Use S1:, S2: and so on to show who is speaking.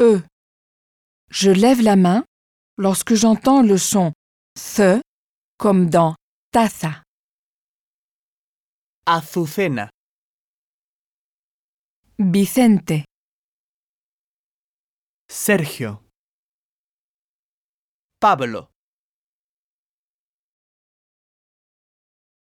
S1: E. Je lève la main lorsque j'entends le son th comme dans taza.
S2: Azucena.
S1: Vicente,
S2: Sergio. Pablo.